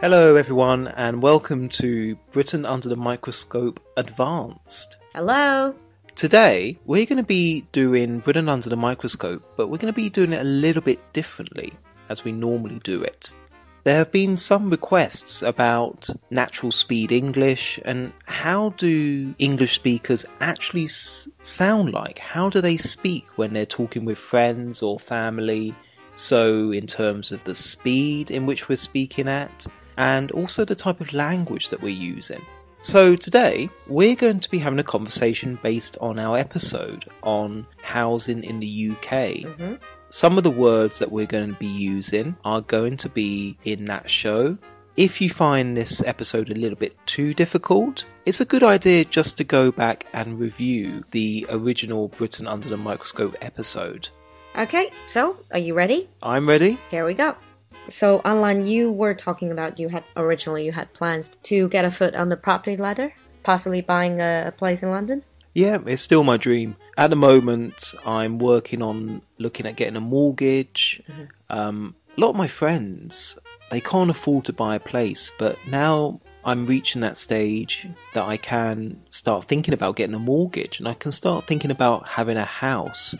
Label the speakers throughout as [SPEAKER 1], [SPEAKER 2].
[SPEAKER 1] Hello, everyone, and welcome to Britain Under the Microscope Advanced.
[SPEAKER 2] Hello.
[SPEAKER 1] Today, we're going to be doing Britain Under the Microscope, but we're going to be doing it a little bit differently as we normally do it. There have been some requests about natural speed English and how do English speakers actually s- sound like? How do they speak when they're talking with friends or family? So, in terms of the speed in which we're speaking at, and also the type of language that we're using. So, today we're going to be having a conversation based on our episode on housing in the UK. Some of the words that we're going to be using are going to be in that show. If you find this episode a little bit too difficult, it's a good idea just to go back and review the original Britain Under the Microscope episode.
[SPEAKER 2] Okay, so are you ready?
[SPEAKER 1] I'm ready.
[SPEAKER 2] Here we go. So, Alan, you were talking about you had originally you had plans to get a foot on the property ladder, possibly buying a, a place in London.
[SPEAKER 1] Yeah, it's still my dream. At the moment, I'm working on looking at getting a mortgage. Um, a lot of my friends they can't afford to buy a place, but now I'm reaching that stage that I can start thinking about getting a mortgage, and I can start thinking about having a house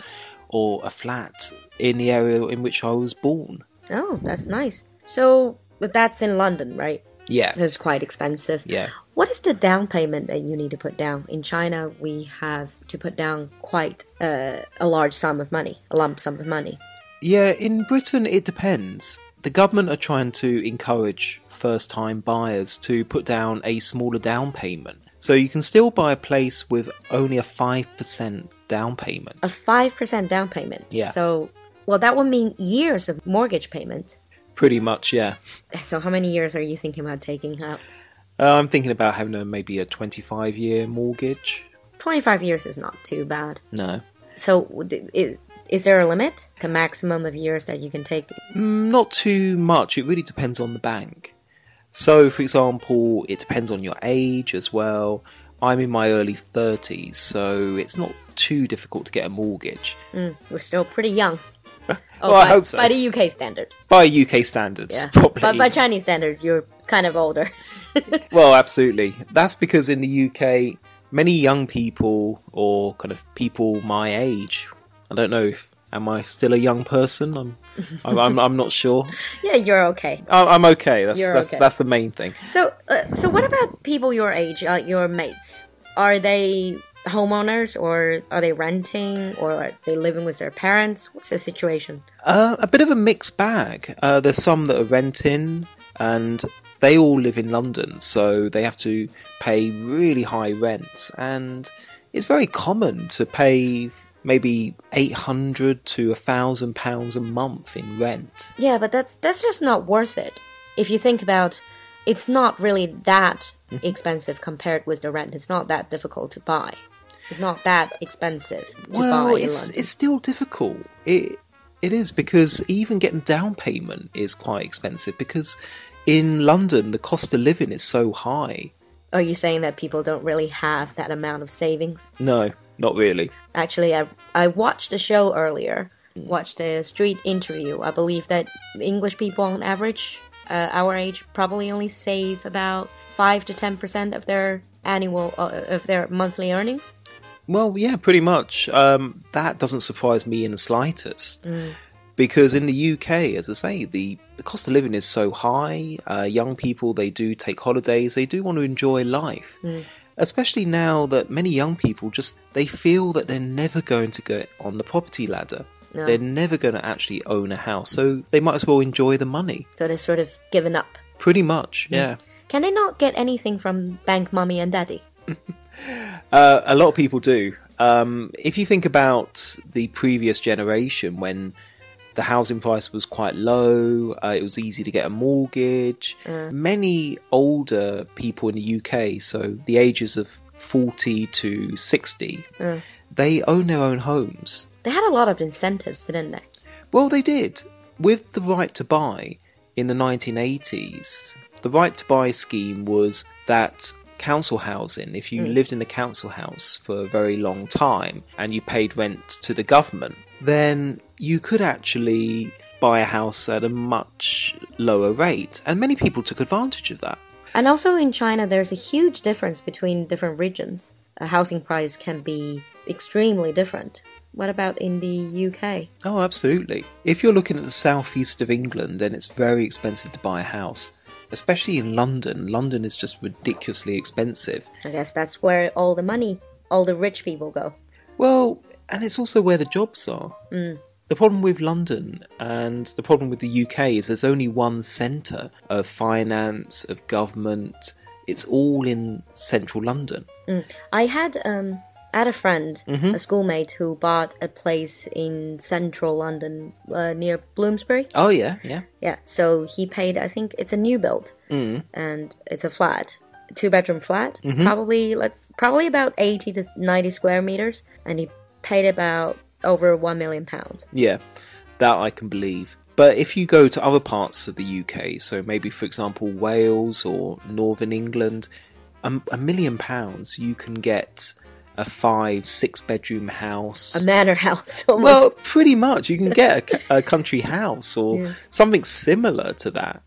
[SPEAKER 1] or a flat in the area in which I was born.
[SPEAKER 2] Oh, that's nice. So, but that's in London, right?
[SPEAKER 1] Yeah,
[SPEAKER 2] It's quite expensive.
[SPEAKER 1] yeah.
[SPEAKER 2] What is the down payment that you need to put down? In China, we have to put down quite uh, a large sum of money, a lump sum of money.
[SPEAKER 1] Yeah, in Britain it depends. The government are trying to encourage first time buyers to put down a smaller down payment. So you can still buy a place with only a 5% down payment.
[SPEAKER 2] A 5% down payment.
[SPEAKER 1] Yeah.
[SPEAKER 2] So, well, that would mean years of mortgage payment.
[SPEAKER 1] Pretty much, yeah.
[SPEAKER 2] So, how many years are you thinking about taking out?
[SPEAKER 1] Uh, I'm thinking about having a maybe a 25 year mortgage.
[SPEAKER 2] 25 years is not too bad.
[SPEAKER 1] No.
[SPEAKER 2] So, d- is, is there a limit? A maximum of years that you can take?
[SPEAKER 1] Mm, Not too much. It really depends on the bank. So, for example, it depends on your age as well. I'm in my early 30s, so it's not too difficult to get a mortgage.
[SPEAKER 2] We're still pretty young. Oh,
[SPEAKER 1] Well, I
[SPEAKER 2] by,
[SPEAKER 1] hope so.
[SPEAKER 2] By the UK standard.
[SPEAKER 1] by UK standards,
[SPEAKER 2] Yeah.
[SPEAKER 1] probably.
[SPEAKER 2] But by Chinese standards, you're kind of older.
[SPEAKER 1] well, absolutely. That's because in the UK, many young people or kind of people my age. I don't know if am I still a young person. I'm, I'm, I'm, I'm not sure.
[SPEAKER 2] yeah, you're okay.
[SPEAKER 1] I- I'm okay. That's
[SPEAKER 2] You're
[SPEAKER 1] that's,
[SPEAKER 2] okay.
[SPEAKER 1] that's the main thing.
[SPEAKER 2] So, uh, so what about people your age, like your mates? Are they homeowners or are they renting or are they living with their parents? What's the situation?
[SPEAKER 1] Uh, a bit of a mixed bag. Uh, there's some that are renting, and they all live in London, so they have to pay really high rents. And it's very common to pay maybe 800 to a thousand pounds a month in rent.
[SPEAKER 2] Yeah, but that's that's just not worth it. If you think about it's not really that
[SPEAKER 1] Hmm.
[SPEAKER 2] expensive compared with the rent. It's not that difficult to buy. It's not that expensive to
[SPEAKER 1] well,
[SPEAKER 2] buy in
[SPEAKER 1] it's
[SPEAKER 2] London.
[SPEAKER 1] it's still difficult. It it is because even getting down payment is quite expensive because in London the cost of living is so high.
[SPEAKER 2] Are you saying that people don't really have that amount of savings?
[SPEAKER 1] No, not really.
[SPEAKER 2] Actually, I I watched a show earlier,
[SPEAKER 1] Hmm.
[SPEAKER 2] watched a street interview. I believe that English people, on average, uh, our age, probably only save about five to ten percent of their annual uh, of their monthly earnings.
[SPEAKER 1] Well, yeah, pretty much. Um, that doesn't surprise me in the slightest. Because in the UK, as I say, the, the cost of living is so high. Uh, young people, they do take holidays. They do want to enjoy life. Especially now that many young people just, they feel that they're never going to get on the property ladder.
[SPEAKER 2] No.
[SPEAKER 1] They're never going to actually own a house. So they might as well enjoy the money.
[SPEAKER 2] So they're sort of given up.
[SPEAKER 1] Pretty much, yeah.
[SPEAKER 2] Can they not get anything from bank mummy and daddy?
[SPEAKER 1] Uh, a lot of people do. Um, if you think about the previous generation when the housing price was quite low, uh, it was easy to get a mortgage. Many older people in the UK, so the ages of 40 to 60, they own their own homes.
[SPEAKER 2] They had a lot of incentives, didn't they?
[SPEAKER 1] Well, they did. With the right to buy in the 1980s, the right to buy scheme was that council housing, if you lived in a council house for a very long time and you paid rent to the government, then you could actually buy a house at a much lower rate, and many people took advantage of that.
[SPEAKER 2] And also in China, there's a huge difference between different regions. A housing price can be extremely different. What about in the UK?
[SPEAKER 1] Oh, absolutely. If you're looking at the southeast of England, then it's very expensive to buy a house, especially in London. London is just ridiculously expensive.
[SPEAKER 2] I guess that's where all the money, all the rich people go.
[SPEAKER 1] Well, and it's also where the jobs are. The problem with London and the problem with the UK is there's only one centre of finance, of government. It's all in central London.
[SPEAKER 2] I had um, I had a friend, a schoolmate, who bought a place in central London uh, near Bloomsbury.
[SPEAKER 1] Oh, yeah, yeah.
[SPEAKER 2] Yeah, so he paid. I think it's a new build, and it's a flat, two bedroom flat, probably let's probably about eighty to ninety square meters, and he paid about over one million pounds.
[SPEAKER 1] Yeah, that I can believe. But if you go to other parts of the UK, so maybe for example Wales or Northern England, a, a million pounds you can get a five, six bedroom house.
[SPEAKER 2] A manor house, almost.
[SPEAKER 1] well, pretty much. You can get a c- a, country house or something similar to that.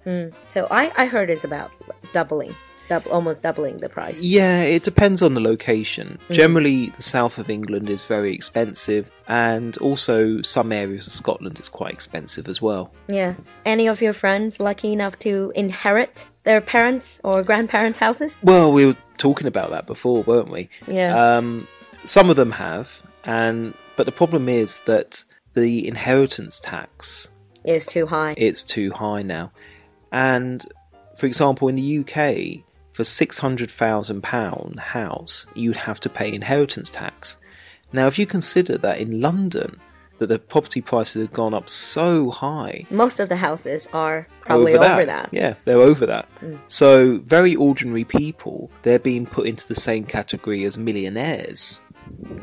[SPEAKER 2] so I I heard it's about doubling, double, almost doubling the price.
[SPEAKER 1] Yeah, it depends on the location. Generally, the south of England is very expensive, and also some areas of Scotland is quite expensive as well.
[SPEAKER 2] Yeah. Any of your friends lucky enough to inherit their parents' or grandparents' houses?
[SPEAKER 1] Well, we were talking about that before, weren't we?
[SPEAKER 2] Yeah.
[SPEAKER 1] Um, some of them have, and but the problem is that the inheritance tax
[SPEAKER 2] Is too high.
[SPEAKER 1] it's too high now. And for example, in the UK, for six hundred thousand pound house, you'd have to pay inheritance tax. Now, if you consider that in London, that the property prices have gone up so high,
[SPEAKER 2] Most of the houses are probably over that. Mm.
[SPEAKER 1] yeah, they're over that. So very ordinary people, they're being put into the same category as millionaires.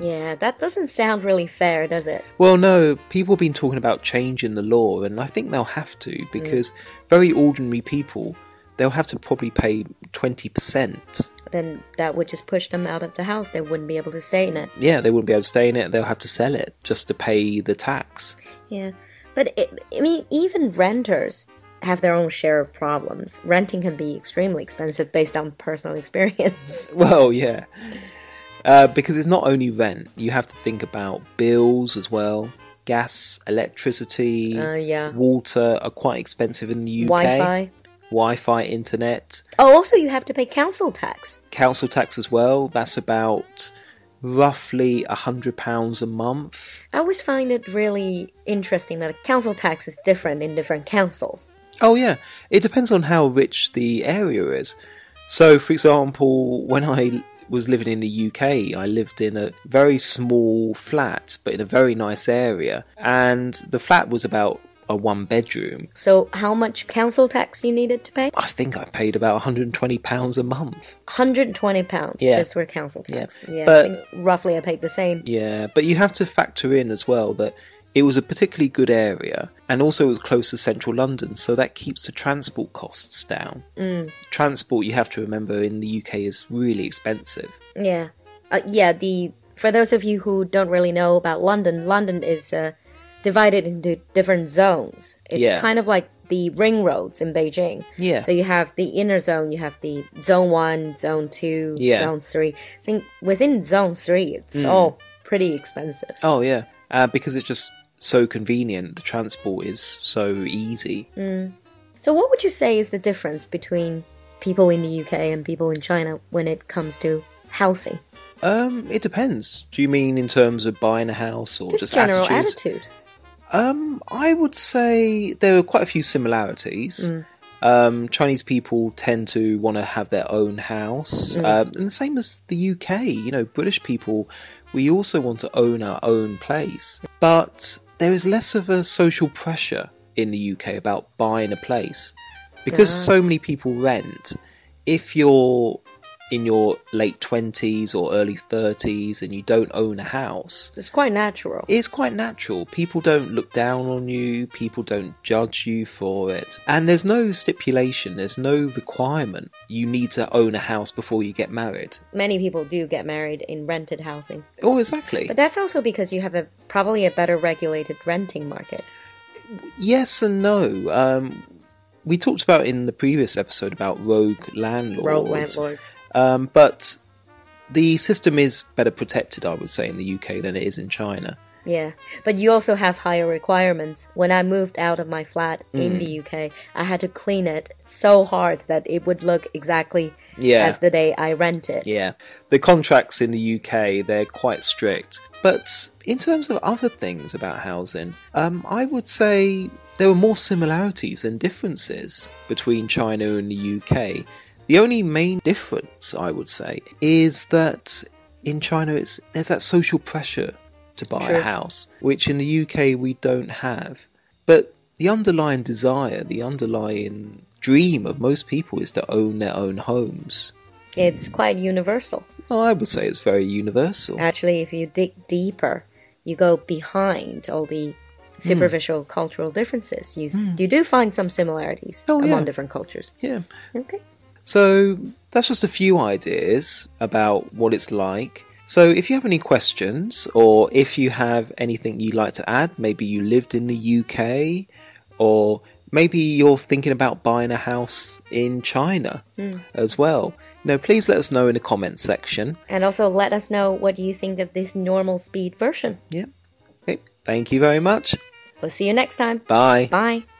[SPEAKER 2] Yeah, that doesn't sound really fair, does it?
[SPEAKER 1] Well, no, people have been talking about changing the law, and I think they'll have to
[SPEAKER 2] Hmm.
[SPEAKER 1] because very ordinary people, they'll have to probably pay 20%.
[SPEAKER 2] Then that would just push them out of the house. They wouldn't be able to stay in it.
[SPEAKER 1] Yeah, they wouldn't be able to stay in it, they'll have to sell it just to pay the tax.
[SPEAKER 2] Yeah. But it, I mean, even renters have their own share of problems. Renting can be extremely expensive based on personal experience.
[SPEAKER 1] Well, yeah. Uh, because it's not only rent, you have to think about bills as well. Gas, electricity,
[SPEAKER 2] Uh, yeah.
[SPEAKER 1] water are quite expensive in the UK.
[SPEAKER 2] Wi-Fi.
[SPEAKER 1] Wi-Fi, internet.
[SPEAKER 2] Oh, also, you have to pay council tax.
[SPEAKER 1] council tax as well. That's about roughly a hundred pounds a month.
[SPEAKER 2] I always find it really interesting that a council tax is different in different councils.
[SPEAKER 1] Oh yeah, it depends on how rich the area is. So, for example, when I was living in the UK, I lived in a very small flat, but in a very nice area, and the flat was about a one bedroom.
[SPEAKER 2] So, how much council tax you needed to pay?
[SPEAKER 1] I think I paid about 120 pounds a month.
[SPEAKER 2] 120 pounds
[SPEAKER 1] Yeah.
[SPEAKER 2] just for council tax.
[SPEAKER 1] Yeah.
[SPEAKER 2] Yeah, I
[SPEAKER 1] But-
[SPEAKER 2] think roughly I paid the same.
[SPEAKER 1] Yeah, but you have to factor in as well that it was a particularly good area and also it was close to central London, so that keeps the transport costs down. Transport, you have to remember, in the UK is really expensive.
[SPEAKER 2] Yeah. Uh, yeah, the for those of you who don't really know about London, London is uh, divided into different zones. It's
[SPEAKER 1] Yeah.
[SPEAKER 2] kind of like the ring roads in Beijing.
[SPEAKER 1] Yeah.
[SPEAKER 2] So you have the inner zone, you have the zone 1, zone 2,
[SPEAKER 1] Yeah. Mm.
[SPEAKER 2] zone 3. I think within zone 3 it's all pretty expensive.
[SPEAKER 1] Oh, yeah, uh, because it's just so convenient, the transport is so easy.
[SPEAKER 2] So, what would you say is the difference between people in the UK and people in China when it comes to housing?
[SPEAKER 1] Um, it depends. Do you mean in terms of buying a house or
[SPEAKER 2] Just,
[SPEAKER 1] just,
[SPEAKER 2] general
[SPEAKER 1] attitudes?
[SPEAKER 2] attitude.
[SPEAKER 1] Um, I would say there are quite a few similarities. Um, Chinese people tend to want to have their own house, um, and the same as the UK. You know, British people, we also want to own our own place, but there is less of a social pressure in the UK about buying a place because so many people rent. If you're in your late twenties or early thirties and you don't own a house,
[SPEAKER 2] It's quite natural.
[SPEAKER 1] it's quite natural. People don't look down on you, people don't judge you for it. And there's no stipulation, there's no requirement you need to own a house before you get married.
[SPEAKER 2] Many people do get married in rented housing,
[SPEAKER 1] Oh, exactly.
[SPEAKER 2] but that's also because you have a probably a better regulated renting market.
[SPEAKER 1] Yes and no. Um, we talked about in the previous episode about rogue landlords.
[SPEAKER 2] Rogue landlords.
[SPEAKER 1] Um, but the system is better protected, I would say, in the UK than it is in China.
[SPEAKER 2] Yeah, but you also have higher requirements. When I moved out of my flat
[SPEAKER 1] Mm.
[SPEAKER 2] in the UK, I had to clean it so hard that it would look exactly
[SPEAKER 1] Yeah.
[SPEAKER 2] as the day I rented.
[SPEAKER 1] Yeah. The contracts in the UK, they're quite strict. But in terms of other things about housing, um, I would say there were more similarities than differences between China and the UK. The only main difference, I would say, is that in China, it's, there's that social pressure to buy
[SPEAKER 2] Sure.
[SPEAKER 1] a house, which in the UK we don't have. But the underlying desire, the underlying dream of most people is to own their own homes.
[SPEAKER 2] It's quite universal.
[SPEAKER 1] Well, Oh, I would say it's very universal.
[SPEAKER 2] Actually, if you dig deeper, you go behind all
[SPEAKER 1] Mm.
[SPEAKER 2] the superficial cultural differences. You, s you do find some similarities
[SPEAKER 1] Oh,
[SPEAKER 2] among
[SPEAKER 1] yeah.
[SPEAKER 2] different cultures.
[SPEAKER 1] yeah.
[SPEAKER 2] Okay.
[SPEAKER 1] So that's just a few ideas about what it's like. So if you have any questions or if you have anything you'd like to add, maybe you lived in the UK or maybe you're thinking about buying a house in China as well. You know, please let us know in the comments section.
[SPEAKER 2] And also let us know what you think of this normal speed version.
[SPEAKER 1] Yeah. Okay. Thank you very much.
[SPEAKER 2] We'll see you next time.
[SPEAKER 1] Bye.
[SPEAKER 2] Bye.